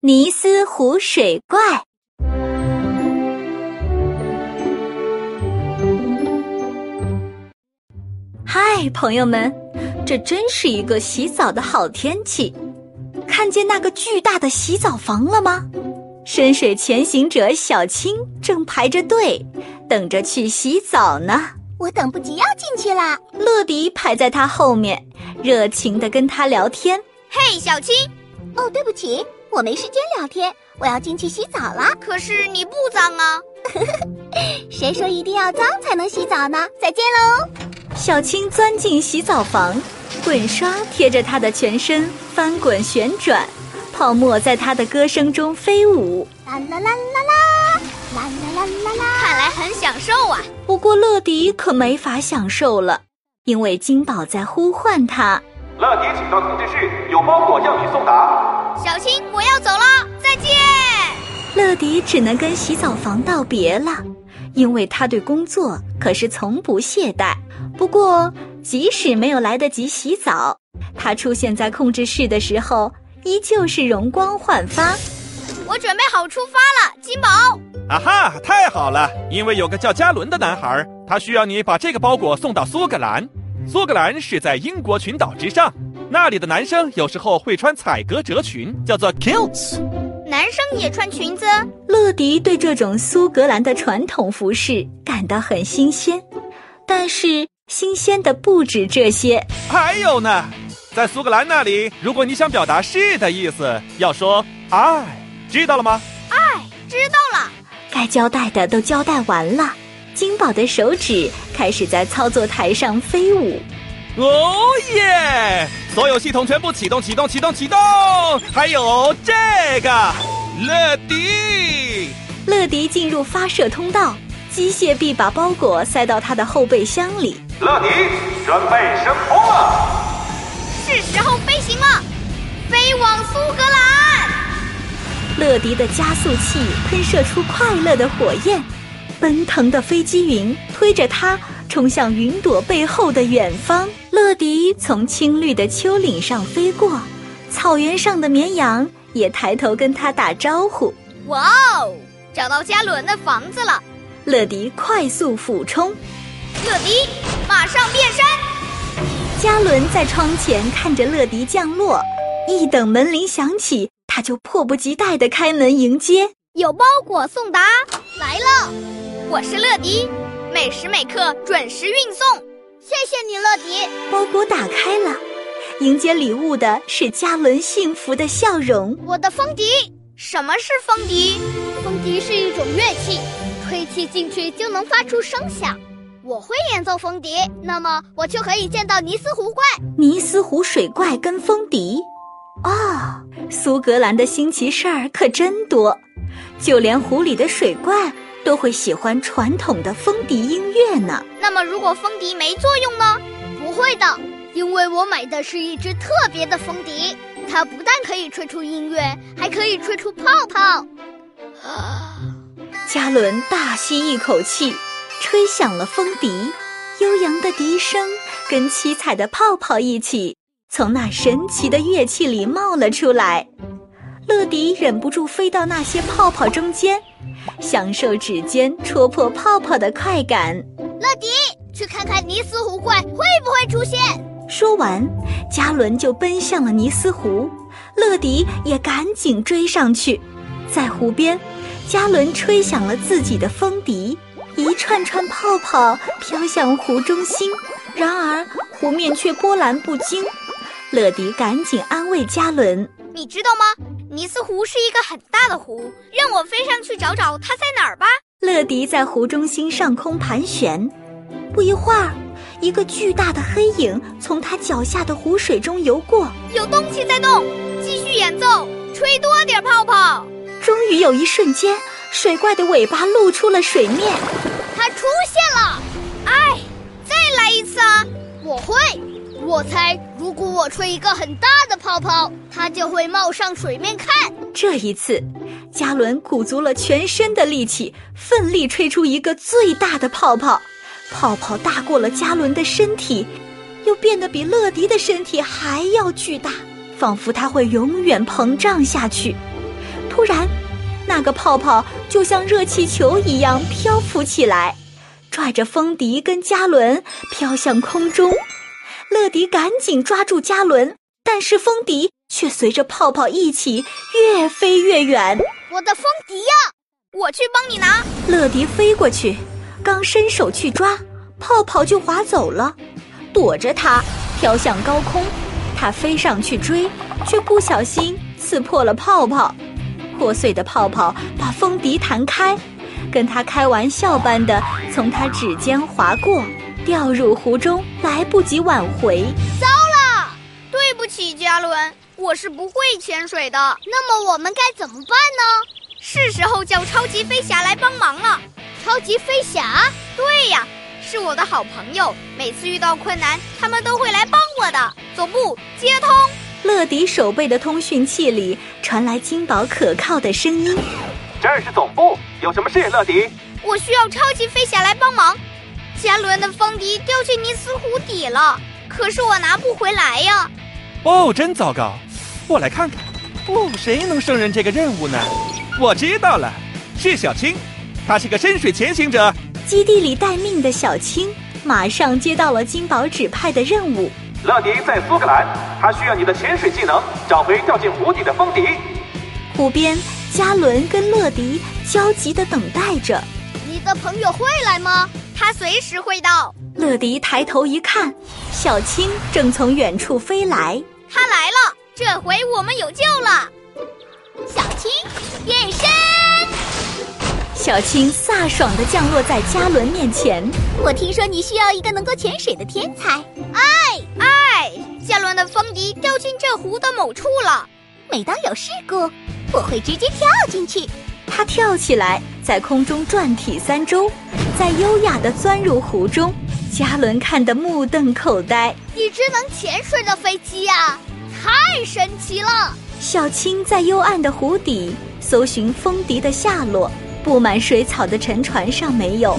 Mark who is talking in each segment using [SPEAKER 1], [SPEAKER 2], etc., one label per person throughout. [SPEAKER 1] 尼斯湖水怪。嗨，朋友们，这真是一个洗澡的好天气！看见那个巨大的洗澡房了吗？深水潜行者小青正排着队，等着去洗澡呢。
[SPEAKER 2] 我等不及要进去啦！
[SPEAKER 1] 乐迪排在他后面，热情的跟他聊天。
[SPEAKER 3] 嘿，小青，
[SPEAKER 2] 哦，对不起，我没时间聊天，我要进去洗澡啦。
[SPEAKER 3] 可是你不脏啊！
[SPEAKER 2] 谁说一定要脏才能洗澡呢？再见喽！
[SPEAKER 1] 小青钻进洗澡房，滚刷贴着她的全身翻滚旋转，泡沫在她的歌声中飞舞。
[SPEAKER 2] 啦啦啦啦啦，啦啦啦啦啦！
[SPEAKER 3] 看来很享受啊。
[SPEAKER 1] 不过乐迪可没法享受了，因为金宝在呼唤他。
[SPEAKER 4] 乐迪，请到控制室，有包裹要你送达。
[SPEAKER 3] 小青，我要走了，再见。
[SPEAKER 1] 乐迪只能跟洗澡房道别了，因为他对工作可是从不懈怠。不过，即使没有来得及洗澡，他出现在控制室的时候，依旧是容光焕发。
[SPEAKER 3] 我准备好出发了，金宝。
[SPEAKER 5] 啊哈，太好了！因为有个叫加伦的男孩，他需要你把这个包裹送到苏格兰。苏格兰是在英国群岛之上，那里的男生有时候会穿彩格折裙，叫做 kilts。
[SPEAKER 3] 男生也穿裙子？
[SPEAKER 1] 乐迪对这种苏格兰的传统服饰感到很新鲜，但是新鲜的不止这些。
[SPEAKER 5] 还有呢，在苏格兰那里，如果你想表达“是”的意思，要说 “I”，知道了吗？
[SPEAKER 3] 哎，知道了。
[SPEAKER 1] 该交代的都交代完了。金宝的手指开始在操作台上飞舞，
[SPEAKER 5] 哦耶！所有系统全部启动，启动，启动，启动！还有这个，乐迪。
[SPEAKER 1] 乐迪进入发射通道，机械臂把包裹塞到他的后备箱里。
[SPEAKER 4] 乐迪，准备升空了！
[SPEAKER 3] 是时候飞行了，飞往苏格兰！
[SPEAKER 1] 乐迪的加速器喷射出快乐的火焰。奔腾的飞机云推着它冲向云朵背后的远方。乐迪从青绿的丘陵上飞过，草原上的绵羊也抬头跟他打招呼。
[SPEAKER 3] 哇哦，找到加伦的房子了！
[SPEAKER 1] 乐迪快速俯冲，
[SPEAKER 3] 乐迪马上变身。
[SPEAKER 1] 加伦在窗前看着乐迪降落，一等门铃响起，他就迫不及待地开门迎接。
[SPEAKER 3] 有包裹送达来了。我是乐迪，每时每刻准时运送，
[SPEAKER 2] 谢谢你，乐迪。
[SPEAKER 1] 包裹打开了，迎接礼物的是加伦幸福的笑容。
[SPEAKER 3] 我的风笛，什么是风笛？
[SPEAKER 2] 风笛是一种乐器，吹气进去就能发出声响。我会演奏风笛，那么我就可以见到尼斯湖怪。
[SPEAKER 1] 尼斯湖水怪跟风笛，哦，苏格兰的新奇事儿可真多，就连湖里的水怪。都会喜欢传统的风笛音乐呢。
[SPEAKER 3] 那么，如果风笛没作用呢？
[SPEAKER 2] 不会的，因为我买的是一只特别的风笛，它不但可以吹出音乐，还可以吹出泡泡。啊
[SPEAKER 1] 加伦大吸一口气，吹响了风笛，悠扬的笛声跟七彩的泡泡一起，从那神奇的乐器里冒了出来。乐迪忍不住飞到那些泡泡中间，享受指尖戳破泡泡的快感。
[SPEAKER 2] 乐迪，去看看尼斯湖怪会不会出现。
[SPEAKER 1] 说完，加伦就奔向了尼斯湖，乐迪也赶紧追上去。在湖边，加伦吹响了自己的风笛，一串串泡泡飘向湖中心，然而湖面却波澜不惊。乐迪赶紧安慰加伦：“
[SPEAKER 3] 你知道吗？”尼斯湖是一个很大的湖，让我飞上去找找它在哪儿吧。
[SPEAKER 1] 乐迪在湖中心上空盘旋，不一会儿，一个巨大的黑影从他脚下的湖水中游过。
[SPEAKER 3] 有东西在动，继续演奏，吹多点泡泡。
[SPEAKER 1] 终于有一瞬间，水怪的尾巴露出了水面，
[SPEAKER 2] 它出现了。
[SPEAKER 3] 哎，再来一次啊！
[SPEAKER 2] 我会。我猜，如果我吹一个很大的泡泡，它就会冒上水面看。
[SPEAKER 1] 这一次，加伦鼓足了全身的力气，奋力吹出一个最大的泡泡。泡泡大过了加伦的身体，又变得比乐迪的身体还要巨大，仿佛它会永远膨胀下去。突然，那个泡泡就像热气球一样漂浮起来，拽着风笛跟嘉伦飘向空中。乐迪赶紧抓住嘉伦，但是风笛却随着泡泡一起越飞越远。
[SPEAKER 2] 我的风笛呀、
[SPEAKER 3] 我去帮你拿。
[SPEAKER 1] 乐迪飞过去，刚伸手去抓，泡泡就滑走了，躲着它飘向高空。它飞上去追，却不小心刺破了泡泡。破碎的泡泡把风笛弹开，跟它开玩笑般的从它指尖划过，掉入湖中，来不及挽回。
[SPEAKER 3] 对不起，嘉伦，我是不会潜水的。
[SPEAKER 2] 那么我们该怎么办呢？
[SPEAKER 3] 是时候叫超级飞侠来帮忙了。
[SPEAKER 2] 超级飞侠，
[SPEAKER 3] 对呀，是我的好朋友，每次遇到困难，他们都会来帮我的。总部接通，
[SPEAKER 1] 乐迪手背的通讯器里传来金宝可靠的声音。
[SPEAKER 4] 这儿是总部，有什么事，乐迪？
[SPEAKER 3] 我需要超级飞侠来帮忙。嘉伦的风笛掉进尼斯湖底了，可是我拿不回来呀。
[SPEAKER 5] 哦，真糟糕！我来看看，哦，谁能胜任这个任务呢？我知道了，是小青，她是个深水潜行者。
[SPEAKER 1] 基地里待命的小青马上接到了金宝指派的任务。
[SPEAKER 4] 乐迪在苏格兰，他需要你的潜水技能，找回掉进湖底的风笛。
[SPEAKER 1] 湖边，嘉伦跟乐迪焦急地等待着。
[SPEAKER 2] 你的朋友会来吗？
[SPEAKER 3] 他随时会到，
[SPEAKER 1] 乐迪抬头一看，小青正从远处飞来。
[SPEAKER 3] 他来了，这回我们有救了。
[SPEAKER 2] 小青，变身！
[SPEAKER 1] 小青飒爽地降落在嘉伦面前。
[SPEAKER 2] 我听说你需要一个能够潜水的天才，
[SPEAKER 3] 哎，嘉伦的风笛掉进这湖的某处了。
[SPEAKER 2] 每当有事故，我会直接跳进去。
[SPEAKER 1] 他跳起来，在空中转体三周，再优雅地钻入湖中。嘉伦看得目瞪口呆。
[SPEAKER 2] 一只能潜水的飞机呀、
[SPEAKER 3] 啊
[SPEAKER 2] 太神奇了！
[SPEAKER 1] 小青在幽暗的湖底搜寻风笛的下落，布满水草的沉船上没有，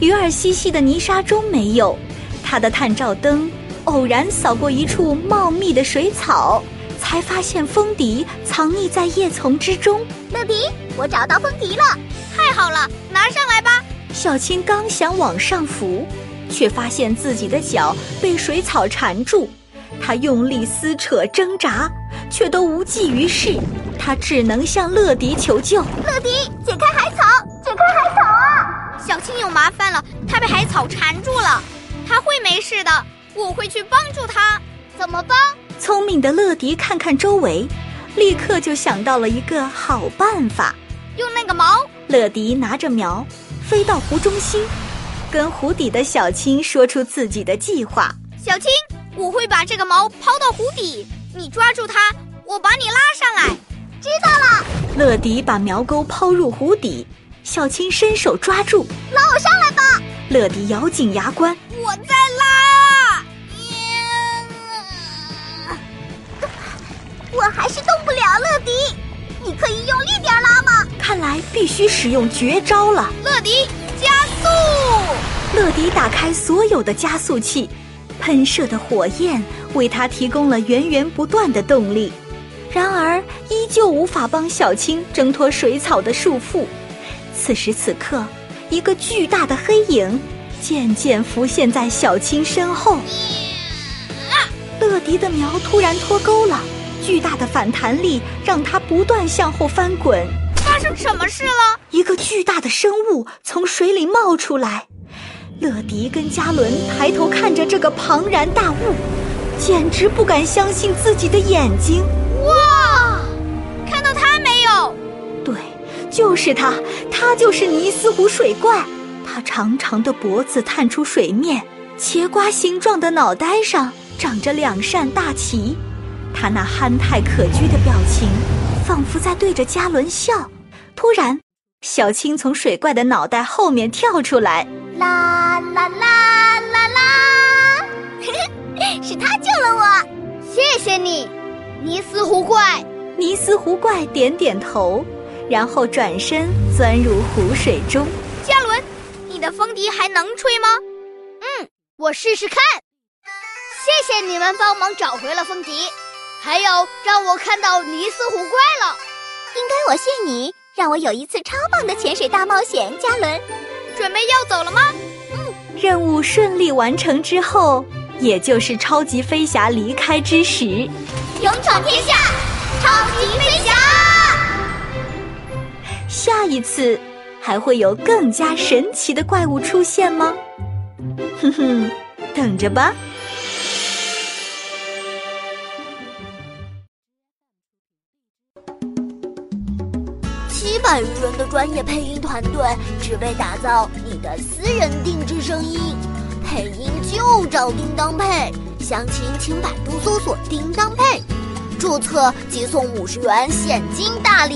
[SPEAKER 1] 鱼儿嬉戏的泥沙中没有，她的探照灯偶然扫过一处茂密的水草，才发现风笛藏匿在叶丛之中。
[SPEAKER 2] 乐迪，我找到风笛了，
[SPEAKER 3] 太好了，拿上来吧。
[SPEAKER 1] 小青刚想往上浮，却发现自己的脚被水草缠住。她用力撕扯挣扎，却都无济于事。她只能向乐迪求救。
[SPEAKER 2] 乐迪，解开海草，解开海草啊！
[SPEAKER 3] 小青有麻烦了，他被海草缠住了，他会没事的，我会去帮助他。
[SPEAKER 2] 怎么帮？
[SPEAKER 1] 聪明的乐迪看看周围，立刻就想到了一个好办法。
[SPEAKER 3] 用那个毛，
[SPEAKER 1] 乐迪拿着苗，飞到湖中心，跟湖底的小青说出自己的计划。
[SPEAKER 3] 小青，我会把这个毛抛到湖底，你抓住它，我把你拉上来。
[SPEAKER 1] 乐迪把苗钩抛入湖底，小青伸手抓住，
[SPEAKER 2] 拉我上来吧！
[SPEAKER 1] 乐迪咬紧牙关，
[SPEAKER 3] 我在拉，
[SPEAKER 2] 我还是动不了，乐迪，你可以用力点拉吗？
[SPEAKER 1] 看来必须使用绝招了。
[SPEAKER 3] 乐迪加速！
[SPEAKER 1] 乐迪打开所有的加速器，喷射的火焰为他提供了源源不断的动力。然而，依旧无法帮小青挣脱水草的束缚。此时此刻，一个巨大的黑影渐渐浮现在小青身后。乐迪的苗突然脱钩了，巨大的反弹力让它不断向后翻滚。
[SPEAKER 3] 发生什么事了？
[SPEAKER 1] 一个巨大的生物从水里冒出来。乐迪跟嘉伦抬头看着这个庞然大物，简直不敢相信自己的眼睛。
[SPEAKER 3] 哇，哦看到它没有？
[SPEAKER 1] 对，就是它，它就是尼斯湖水怪。它长长的脖子探出水面，茄瓜形状的脑袋上长着两扇大鳍。它那憨态可掬的表情，仿佛在对着嘉伦笑。突然，小青从水怪的脑袋后面跳出来。
[SPEAKER 2] 啦啦啦啦 啦！嘿嘿，是他救了我，谢谢你，尼斯湖怪。
[SPEAKER 1] 尼斯湖怪点点头，然后转身钻入湖水中。
[SPEAKER 3] 嘉伦，你的风笛还能吹吗？嗯
[SPEAKER 2] 嗯我试试看。谢谢你们帮忙找回了风笛，还有让我看到尼斯湖怪了。
[SPEAKER 3] 该我谢你，让我有一次超棒的潜水大冒险。嘉伦，
[SPEAKER 6] 准备要走了吗？
[SPEAKER 1] 任务顺利完成之后，也就是超级飞侠离开之时，
[SPEAKER 7] 勇闯天下，超级飞侠。
[SPEAKER 1] 下一次还会有更加神奇的怪物出现吗？哼哼，等着吧。
[SPEAKER 3] 七百余人的专业配音团队，只为打造你的私人定制声音。配音就找叮当配，详情请百度搜索“叮当配”，注册即送五十元现金大礼。